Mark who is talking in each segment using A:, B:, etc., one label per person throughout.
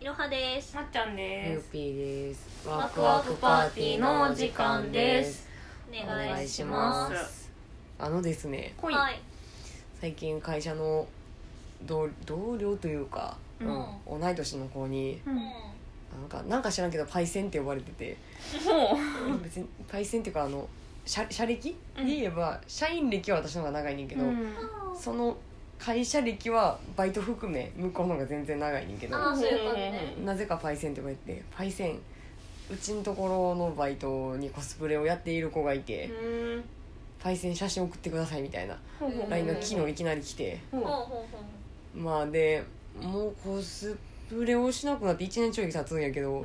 A: いろはです。
B: まっちゃんで
C: ゆう
B: す。
C: ぴーです
B: ワクワクパーティーのお時間です
A: お
C: お
A: 願
C: 願
A: い
C: い
A: し
C: し
A: ま。
C: ますすあのですね
B: 恋、
A: はい。
C: 最近会社の同同僚というか、
B: う
A: うん
B: ん。
C: 同い年の子に
B: う
A: うん
B: ん。
C: なんかなんか知らんけどパイセンって呼ばれて て
B: も
C: 別にパイセンっていうかあの社社歴
B: う
C: で
B: ん
C: 言えば社員歴は私の方が長いねんけ
B: う。
C: ど、その会社歴はバイト含め向こうの方が全然長いねんけど
A: ああ、そういう感じね。
B: ー
C: なぜかパイセンって呼ばれててパイセンうちのところのバイトにコスプレをやっている子がいて、
B: うん。
C: パイセン写真送ってくださいみたいな
B: ほうほうほう
C: LINE が昨日いきなり来て、
B: ほう
A: ほうほうほ
C: まあでもうコスプレをしなくなって1年ちょい経つんやけど、
A: う。
B: う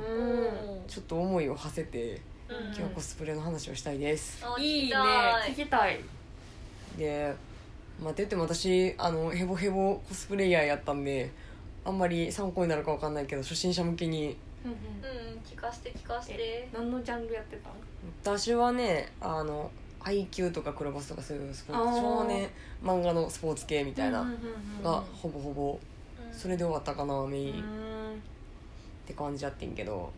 C: ちょっと思いを馳せて
A: うん
C: 今日はコスプレの話をしたいです、
A: あ
B: ん。いいね。聞きたい。
C: でまあてっても私あのヘボヘボコスプレイヤーやったんであんまり参考になるかわかんないけど初心者向けに
B: うんうん
A: うん、聞かせて聞かせて
B: え。何のジャンルやってたの？
C: 私はねあの IQ とかクロバスとかそういうスポー
B: あ
C: ツ
B: ー
C: 少年漫画のスポーツ系みたいな
B: うんう
C: の
B: んうん
C: がほぼほぼ
A: うん
C: それで終わったかなメインっ
B: うん
C: て感じやってんけど、うん
A: う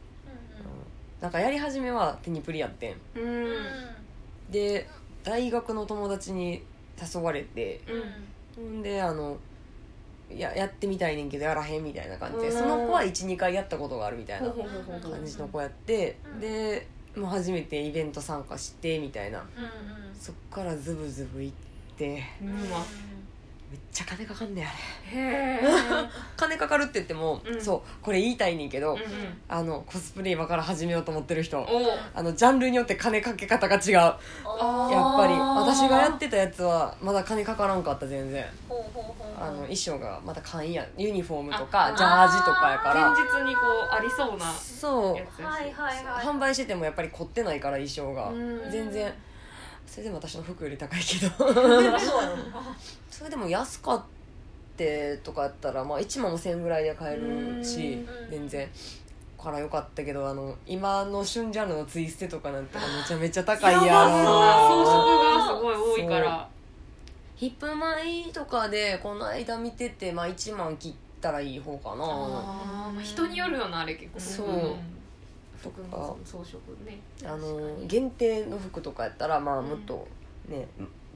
C: なんかやり始めは手にプリやってん
B: うんうん
A: うん
B: ん
C: で大学の友達に誘われて
A: うん。
C: ほんであのややってみたいねんけどやらへんみたいな感じ
B: う
C: で
B: ん
C: その子は12回やったことがあるみたい
B: ほう
C: な
B: ほうほうほうほう
C: 感じの子やって
A: うん
C: でもう初めてイベント参加してみたいな
A: うん
C: そっからズブズブ行って
B: う
A: うん。
B: んま
C: めっちゃ金かかんねんあれ
B: へえ。
C: 金かかるって言っても、
B: うん
C: そうこれ言いたいねんけど、
B: うんうん
C: あのコスプレ今から始めようと思ってる人
B: おう。
C: あのジャンルによって金かけ方が違うやっ
A: あ
B: あ
A: あ。
B: ー
C: ぱり私がやってたやつはまだ金かからんかった全然
A: ほうほうほう。
C: あの
A: うん。
C: 衣装がまた簡易やユニフォームと
B: あ
C: か
B: あ
C: ジャージとかやか
B: 現
C: ら
B: 実にこうありそうな
C: そう
B: やつやし。
A: はいはいはい。
C: 販売しててもやっぱり凝ってないから衣装が
B: うん
C: 全然それでも私の服より高いけど
A: そうや
C: それでも安かってとかやったら、まあ、1万5000円ぐらいで買えるし
A: うん
C: 全然から良かったけどあの今の旬ジャンルのツイステとかなんてめちゃめちゃ高いや
B: そ
C: ろ
B: う
A: そう
B: 装飾がすごい多いから。
C: ヒップマイとかでこの間見てて、まあ、1万切ったらいい方かな
B: あーまあ人によるよなあれ結構
C: そうんと
B: 服
C: か
B: の装飾ね
C: あ
A: 確か
C: の
A: に
C: 限定の服とかやったらまあ
B: うん
C: もっとね、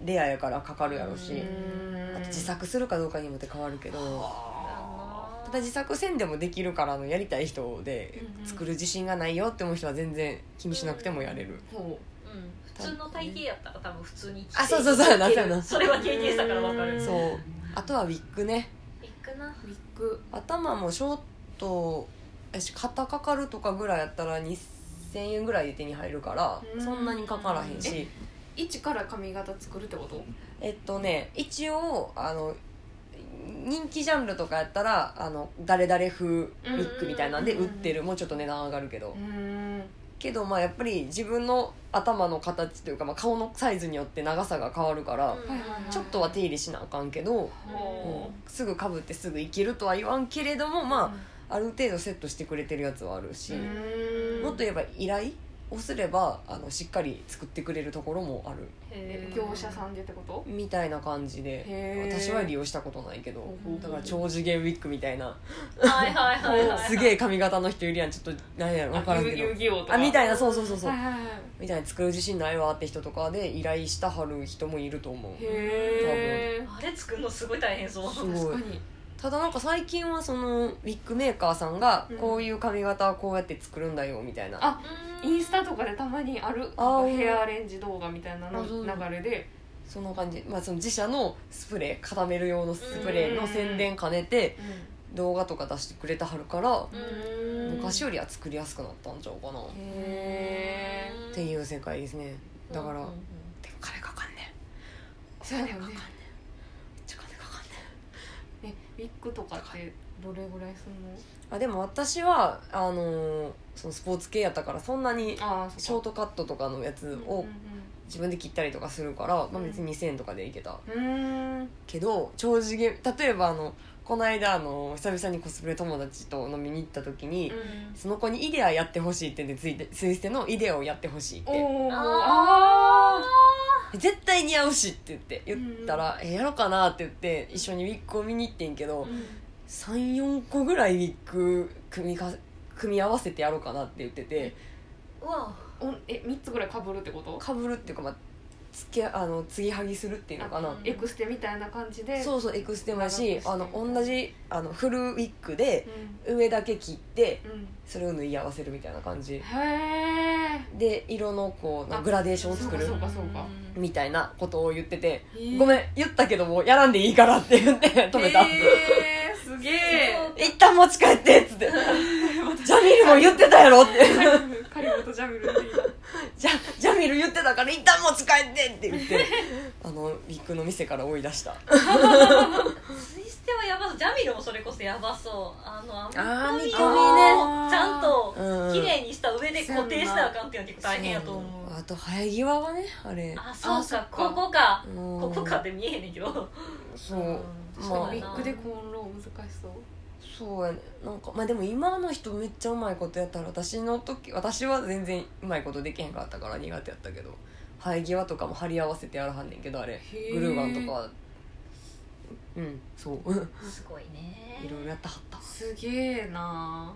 C: レアやからかかるやろし、
A: うん
C: あと自作するかどうかにもって変わるけど
B: あ
C: ただ自作せんでもできるからあのやりたい人で
B: うんうん
C: 作る自信がないよって思う人は全然気にしなくてもやれる、
B: ーほ
A: うん。普通の体型やったら多分普通に。
C: あそうそうそうやなそうやな
A: それは経験したからわかる。
C: そうあとはウィッグね
A: ビッグな。
B: ウィッグ
C: 頭もショートやし肩かかるとかぐらいやったら2000円ぐらいで手に入るから
B: うん
C: そんなにかからへんし
B: 一から髪型作るってこと
C: えっとね一応あの人気ジャンルとかやったらあの誰々風ウィッグみたいなんで
B: うんう
C: 売
B: ん
C: っ
B: うん
C: てるもうちょっと値段上がるけど
B: ん
C: けどまあやっぱり自分の頭の形というか、まあ、顔のサイズによって長さが変わるから
A: うん
B: はいはいはい
C: ちょっとは手入れしなあかんけど
B: ほ
C: すぐかぶってすぐいけるとは言わんけれども
B: う
C: まあある程度セットしてくれてるやつはあるし、
B: うん
C: もっと言えば依頼をすればあのしっかり作ってくれるところもある
B: え
A: へー
B: 業者さんでってこと
C: みたいな感じ
B: へ
C: で
B: ー
C: 私は利用したことないけど
A: ほう
C: だから超次元ウィッグみたいな
A: はいはいはいはい。
C: すげえ髪型の人よりはちょっと何やろ分からんけ
B: 遊
C: ど
B: 戯王とか
C: あみたいなそうそうそうそう
B: はいはいはい
C: みたいな作る自信ないわって人とかで依頼したはる人もいると思う
B: へえ
A: あれ作るのすごい大変そう。
C: す
B: 確
C: ご
B: か
C: い
B: に
C: ただなんか最近はそのウィッグメーカーさんが
B: うん
C: こういう髪型はこうやって作るんだよみたいな
B: あインスタとかでたまにある
C: あー
B: ヘアアレンジ動画みたいなの
C: あそう
B: 流れで
C: そんな感じ、まあ、その自社のスプレー固める用のスプレーの宣伝兼ねて動画とか出してくれたはるから
A: うん
B: うん
C: 昔よりは作りやすくなったんちゃうかな、っ
B: へえ
C: ていう世界ですねだから、
A: うんうんうん
C: でも金かかんねん
B: そうやね
C: 金かかんねんめっちゃ金かかんね
B: ねウィッグとかってどれぐらいすんの
C: んあでも私はあのーそのスポーツ系やったからそんなに
B: ああ
C: ショー
B: ト
C: トカットとかのやつを自分で切ったりとかするから、まあ、別に2000円とかでいけた
B: うんうんうん
C: けど長次元例えばあのこの間あの久々にコスプレ友達と飲みに行った時に、その子にイデアやってほしいってでついてツイステのイデアをやってほしいっ
B: お
C: て
B: お
A: あ
B: あ
C: 絶対似合うしって言って言ったら「えやろうかな」って言って一緒にウィッグを見に行ってんけど
B: ーうん
C: 34個ぐらいウィッグ組みか組み合わせてやろうかなって言ってて
A: うわ
B: おえ三つぐらい被るってこと
C: かぶるっていうか、まあ、つけあの継ぎはぎするっていうのかな
A: あ
B: エクステみたいな感じで
C: そうそうエクステもやし
B: 長
C: あ
B: く
C: の
B: して
C: 同じあのフルウィッグで
B: う
C: 上だけ切って
B: ん、うん、
C: それを縫い合わせるみたいな感じ
B: へ
C: で色のこう
B: あ
C: グラデーションを作る
B: そうかそうか
C: みたいなことを言ってて
B: え
C: ごめ
B: ん
C: ん言ったけどもうやらんでいいからって言って止めた、
B: えー、すげえ
C: 一旦持ち帰ってっつ って ジャミルも言ってたやろって
B: カリボとジャミルって
C: じゃジャミル言ってたから一旦持ち帰ってって言ってあのビッグの店から追い出した
A: ツイステはやばそうジャミルもそれこそやばそうあの
C: あー
A: 編み込み
C: 編み
B: 込みね
A: をちゃんと
C: うん
A: 綺麗にした上で固定したらあかんっていうのは結構大変やと思う
C: あと生え際はねあれ
A: あそう
B: そっ
A: か
B: か
A: ここか
C: うん
A: ここかって見えへんねんけど
C: そう
B: 確
C: ま
B: か
C: あ
B: にビッグでコーンロー難しそう
C: そうやねなんかまあでも今の人めっちゃうまいことやったら私の時私は全然うまいことできへんかったから苦手やったけど生え際とかも貼り合わせてやらはんねんけどあれ
B: へー
C: グルーガンとかはうんそう
A: すごいね
C: いろいろやってはっただか
B: すげえな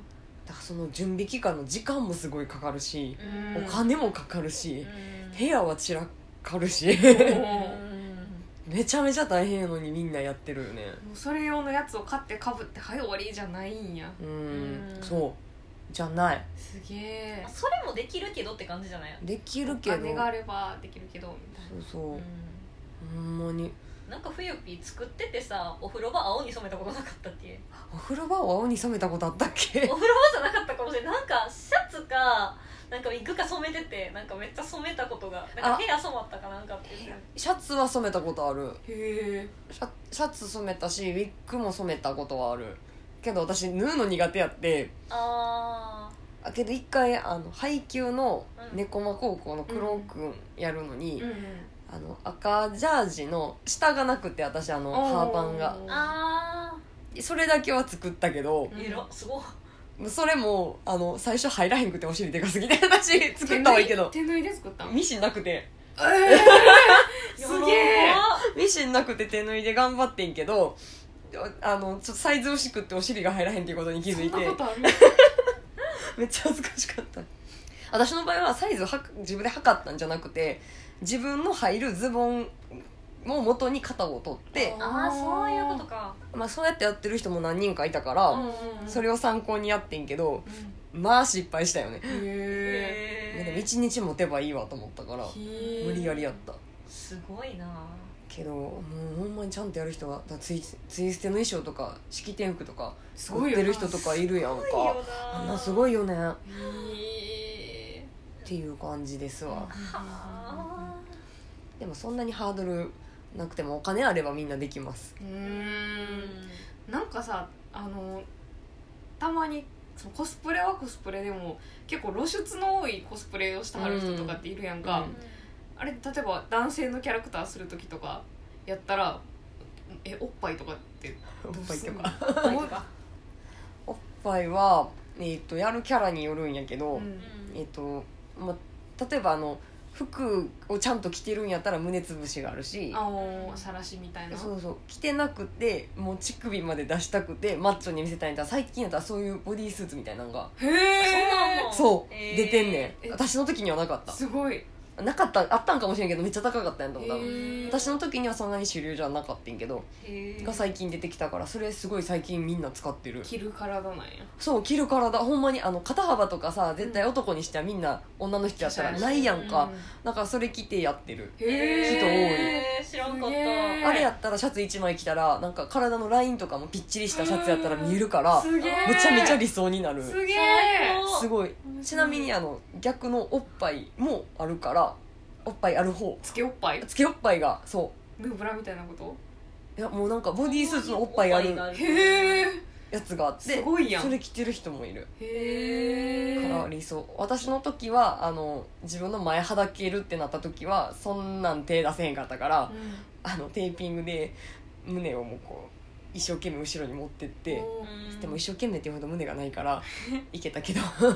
C: らその準備期間の時間もすごいかかるし
A: うん
C: お金もかかるし、
A: うん
C: 部屋は散らかるし
B: もう
A: うん
C: めちゃめちゃ大変やのにみんなやってるよね
B: もうそれ用のやつを買ってかぶってはい終わりじゃないんや
C: うん
A: うん
C: そうじゃない
B: すげえ
A: それもできるけどって感じじゃない
C: できるけど
B: 金があればできるけどみたい
C: そうそう
A: う、ん
C: ほんまに
A: なんか冬ピー作っててさお風呂場青に染めたことなかったっけ
C: お風呂場を青に染めなことあったっけ
A: お風呂場じゃなかったかもしれないなんかシャツかなんかウィッグか染めててなんかめっちゃ染めたことがなん
C: あ
A: か部屋染まったかなんかって言って
C: シャツは染めたことある
B: なへ
C: シャシャツ染めたしウィッグも染めたことはあるけど私縫うの苦手やって
A: あ
C: あけど一回あの配給の
A: うん
C: 猫間高校のクロー君やるのに、
B: えうん
C: あの赤ジャージの下がなくて私あのハーパンが
A: ーあ
C: それだけは作ったけど、
A: ーえらすごい
C: それもあの最初入らへんくてお尻でかすぎて私作ったはいいけど
B: 手縫いで作ったん
C: ミシンなくて
B: ええすげえ
A: やば
C: ミシンなくて手縫いで頑張ってんけどあのちょっとサイズをしくってお尻が入らへんっていうことに気づい
B: そんな
C: て
B: ことある
C: めっちゃ恥ずかしかった私の場合はサイズをは自分で測ったんじゃなくて自分の入るズボンを元に型を取って
B: あ
A: ああそういうことか
C: まあ、そうやってやってる人も何人かいたから、それを参考にやってんけどまあ失敗したよね
B: へえ
C: で
A: へ
C: も1日持てばいいわと思ったから無理やりやった
A: すごいな
C: けどもうほんまにちゃんとやる人はだツイツイステの衣装とか式典服とか
B: すごい
C: 売っ
B: よ
C: て
B: な
C: る人とかいるやん
A: すごいよ
C: か
A: な
C: あんなすごいよねっ
B: へえ
C: ていう感じですわ
A: は
C: でもそんなにハードルなくてもお金あればみんなできます
B: う
A: あ
B: んなんかさあのたまにそのコスプレはコスプレでも結構露出の多いコスプレをしてはる人とかっているやんか、
C: うん
B: あれ例えば男性のキャラクターする時とかやったらえおっぱいとかって
C: おっ
B: どう
C: ぱい
B: す
C: と
B: んの
C: か
A: はいとか
C: おっぱいは、えー、とやるキャラによるんやけど、
B: うん
C: えっと、ま、例えばあの服をちゃんと着てるんやったら胸つぶしがあるし
B: あのさらしみたいな
C: そうそう着てなくてもう乳首まで出したくてマッチョに見せたいんやったら最近やったらそういうボディースーツみたいなのが
B: へ
A: え
B: え
C: そう、
A: えー
C: 出てんねん
B: え
C: 私の時にはなかっ
B: すごい
C: たなかったあったんかもしれんけどめっちゃ高かったんやと思う多分、
B: へえ
C: 私の時にはそんなに主流じゃなかったんやけど
A: へ
C: が最近出てきたからそれすごい最近みんな使ってる
B: 着る体なんや
C: そう着る体ほんまにあの肩幅とかさ絶対男にしてはみんな女の人やったらないやんか、だからそれ着てやってる
B: うんへえ
C: 人多い
A: え知らんかっ
B: すげえ
A: た
C: あれやったらシャツ1枚着たらなんか体のラインとかもぴっちりしたシャツやったら見えるから
B: すげえ
C: めちゃめちゃ理想になる
B: すげ
A: 最
B: え
A: 高
C: すごい
B: 面白い
C: ちなみにあの逆のおっぱいもあるからおっぱいある方
B: つけおっぱい
C: つけおっぱいがそ
B: ヌーブラみたいなこと
C: ういやもうなんかボディースーツのおっぱいある
B: へえ
C: やつがあって
B: すごいやん
C: それ着てる人もいる
B: へ
C: から
B: え
C: 理想私の時はあの自分の前はだけるってなった時はそんなん手出せへんかったからあのテーピングで胸をもうこう一生懸命後ろに持ってってでも一生懸命っていうほど胸がないから いけたけどっ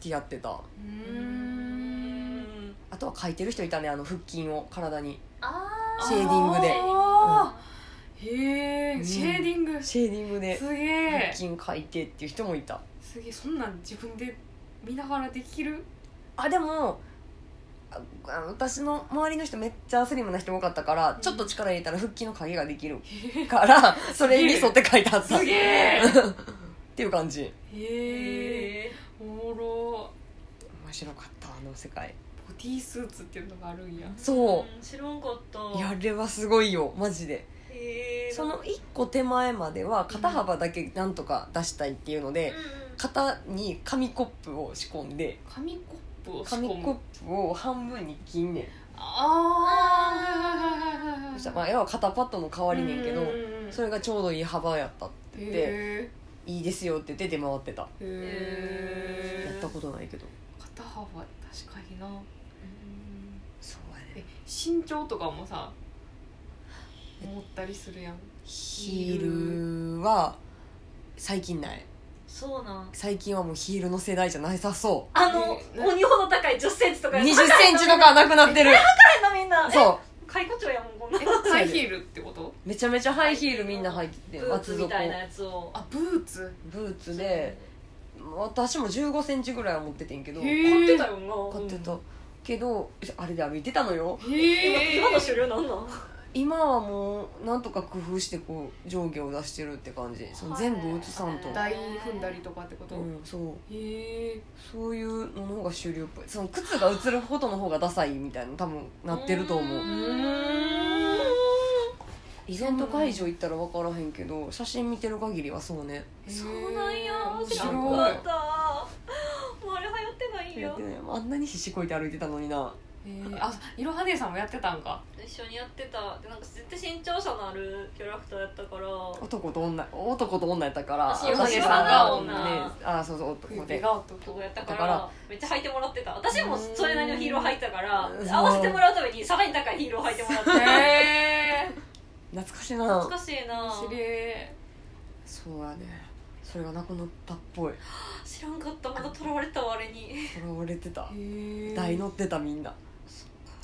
C: てやってた
B: うーん
C: あとは書いてる人いたねあの腹筋を体に
A: あ
C: シェーディングで
B: あへえ、
C: うん
B: シェーディングす
C: シェーディングで
B: げ
C: 腹
B: え
C: 筋描いてっていう人もいた
B: すげえそんなん自分で見ながらできる
C: あでもああ私の周りの人めっちゃスリムな人多かったから、
B: ん
C: ちょっと力入れたら腹筋の影ができるから それに沿って書いてあったっ
B: すげえ
C: ていう感じ
B: へえ
A: へえ
B: おもろ
C: 面白かったあの世界
B: ボディースーツっていうのがあるんや
C: そ
A: うん知らんかった
C: ういやあれはすごいよマジで
A: へえ
C: その一個手前までは肩幅だけなんとか出したいっていうので、肩に紙コップを仕込んで
B: 紙コップを仕
C: 紙
B: 込む
C: コップを半分に切んねん
B: ああはいはいはいはいはい
C: そしたらまあ要は肩パッドの代わりねんけど
B: ううんうん
C: それがちょうどいい幅やったって言って
B: へ
C: いいですよって言って出回ってた
B: えへえ
C: やったことないけど
B: 肩幅確かにな
C: そうや
B: え身長とかもさ思ったりするやん
C: ヒールは最近ない
A: そうなん
C: 最近はもうヒールの世代じゃなさそう
A: あの
B: え
A: 鬼ほど高い1 0ンチとか
C: 2
A: や
C: 0センチとかはなくな ってる
A: 高いのみんなえ
C: そ
A: 解雇長やもんこんな
B: えハイヒールってこと
C: うめちゃめちゃハイヒールみんな履いてて
A: ブーツ
C: 厚
A: み
C: 底
A: たいなやつを
B: あブーツ
C: ブーツで私も1 5センチぐらいは持っててんけど買
A: 買って
B: へ
A: たよな
C: ってたけどあれで歩いてたのよ
B: え
A: 今の主流なんなん
C: 今はもうなんとか工夫してこう上下を出してるって感じその全部写さんと、
B: 台踏んだりとかってこと、
C: うん、そう
B: へえ
C: そういうのの方が主流っぽいその靴が映ることの方がダサいみたいな多分なってると思う
A: ー
B: ん
C: イベント会場行ったら分からへんけど写真見てる限りはそうね
A: そうなんや
B: 面
A: 知ら
B: 白
A: ん
B: い
A: かったもうあれ流行ってない
C: やっ
A: よ
C: てないあんなに必死こいて歩いてたのにな
B: へーあいろは姉さんもやってたんか
A: 一緒にやってたでなんか絶対身長差のあるキャラクターやったから
C: 男と女男と女やったから
A: そう
C: 私
B: 女が
C: ね
B: 女
C: あそうそう
B: 冬
C: 男
B: 手
C: で
B: が男
A: 男やったから
C: だから
A: めっちゃ履いてもらってた私もそれなりのヒールを履いてたから
C: うん
A: 合わせてもらうためにさらに高いヒールを履いてもらって
B: へえ
C: 懐かしいな
A: 懐かしいな
B: 知れ
C: そうやねそれがなくなったっぽい
A: 知らんかったまだとらわれたわあれに
C: とらわれてた
B: へえ
C: 台乗ってたみんな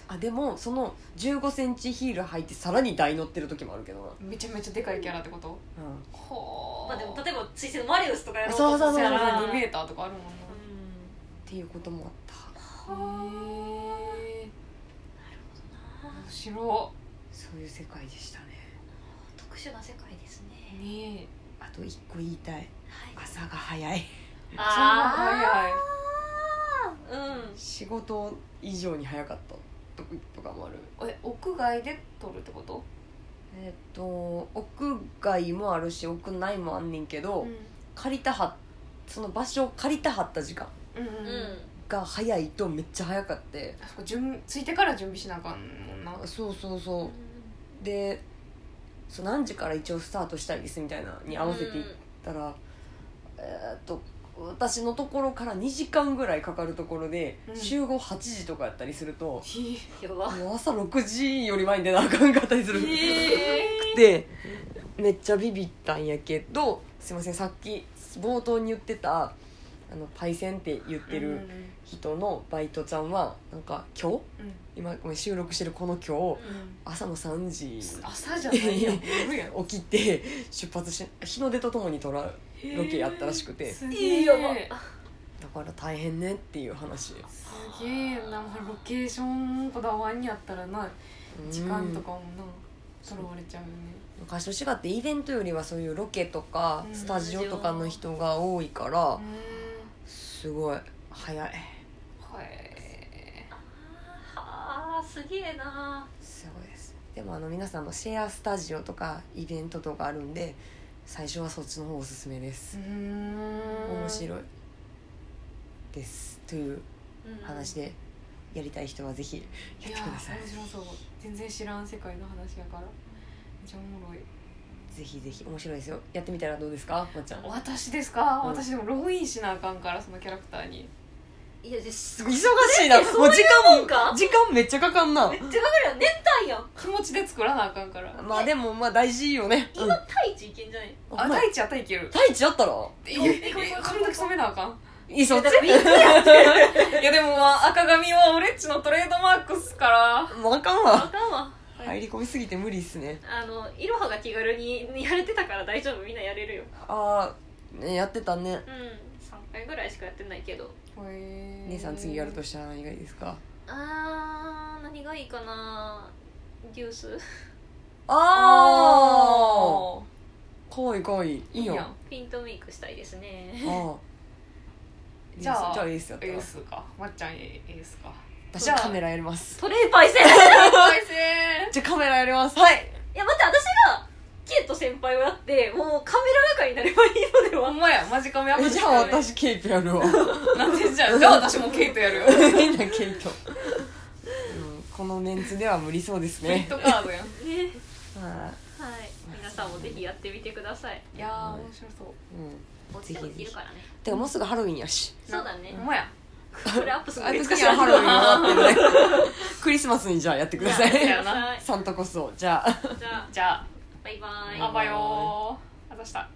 C: あでもその1 5センチヒール履いてさらに台乗ってる時もあるけどな
B: めちゃめちゃでかいキャラってこと
C: うん
B: ほ
A: まあでも例えば水星のマリウスとかやろう
C: そうそうそう
A: としたら
B: 2メーターとかあるもん
C: っていうこともあった
B: なへえ面白
C: そういう世界でしたね
A: 特殊な世界です
B: い
A: ね
B: ねえ
C: あと一個言いたい
A: はい
C: 朝が早い
B: 早い
A: ーうん
C: 仕事以上に早かった時とかもある
B: え屋外で撮るってこと
C: えっ、と屋外もあるし屋内もあんねんけど、借りたはその場所を借りたはった時間
B: うんう
A: うんん
B: うん
C: が早いとめっちゃ早かって
B: あそこ準ついてから準備しなあかんもんな
C: そうそうそうでそう何時から一応スタートしたいですみたいなに合わせていっ
A: う
C: たら、えーっと私のところから2時間ぐらいかかるところで、
B: うん
C: 集合8時とかやったりすると
A: ん
B: ひ
A: やば
C: もう朝6時より前に出なあかんかったりする
B: え
C: でめっちゃビビったんやけどすいませんさっき冒頭に言ってたあのパイセンって言って
B: うん
C: る人のバイトちゃんはなんか今日
B: うん
C: 今ごめん収録してるこの今日
A: うん
C: 朝の3時
B: 朝じゃないやん夜やん
C: 起きて出発し日の出とともに撮ら ロケやったらしくて
B: すげ
A: い
B: え
A: いよま
C: だから大変ねっていう話
B: すげえなまあロケーションこだわんにやったらな時間とかもなとらわれちゃうよね
C: 昔と違ってイベントよりはそういうロケとか
B: うん
C: スタジオとかの人が多いから
B: うん
C: すごい早い
B: はい
A: あーすげえな
C: すごいですでもあの皆さんのシェアスタジオとかイベントとかあるんで最初はそっちの方おすすめです面
B: 面
C: 白いですという
A: うん
C: 話でやりたい人はぜひや
B: い
C: っ
B: や
C: てください
B: 面白そう全然知らん世界の話やからめっちゃおもろい
C: ぜひぜひ面白いですよやってみたらどうですかまっちゃん
B: 私ですか、
C: うん
B: 私でもログインしなあかんからそのキャラクターに
A: いやです
C: 忙しいな
A: えそういう
C: もう時間
A: もんか
C: 時間めっちゃかかんな
A: めっちゃかかるやん年単位やん
B: 気持ちで作らなあかんから
C: まあでもまあ大事よね、
A: 今太一いけんじゃない
C: うん、
B: あ
C: あまあ
B: 大地やったらいける
C: 太一やったら
B: ええ髪の毛染めなあかん
C: いいそっち
A: だ からみんなやって
B: いやでもまあ赤髪は俺っちのトレードマークっすから
C: もうあかん
A: あ
C: わ
A: かんわ
C: 入り込みすぎて無理っすね
A: あのいろはが気軽にやれてたから大丈夫みんなやれるよ
C: ああやってたね
A: うん3回ぐらいしかやってないけど
B: へー
C: 姉さん次やるとしたら何がいいですか
A: あー何がいいかなデュース
C: ああかわいいかわいいいいよ
B: いいや
C: あ
B: ん
A: ピントメイクしたいですね
C: あ
B: じゃあ
C: じゃあいいっすよ
B: エースかまっちゃんエース か
C: 私
B: じゃあ
C: カメラやります
A: トレイパイセンい
B: 再生
C: じゃあカメラやりますはい
A: や待って私がケイト先輩をやってもうカメラ係になればいいので
B: ほ
A: は
B: んまやマジカメや
C: えじゃあ私ケイトやる わ
B: なんでじゃあじゃあ私もケイトやるよ
C: みんなケイト、うん、このメンツでは無理そうです
B: クリッ
C: ね
B: トカードやんい
A: ね
C: は
A: はい皆さんもぜひやってみてください
B: やー面白そう
C: いうん
A: お家でもできるからね
C: てかもうすぐハロウィンやし
A: そうだね
B: ほんまや
A: これアップする
C: あ
A: の
C: れ
A: 難し
C: 次
A: い
C: はハロウィン
A: は
C: になってる ねクリスマスにじゃあやってください
B: いや
A: い
B: な
A: はい
C: サンタコスをじゃあ
A: じゃあ
B: じゃあ
A: バイバイ
B: あばよーあざした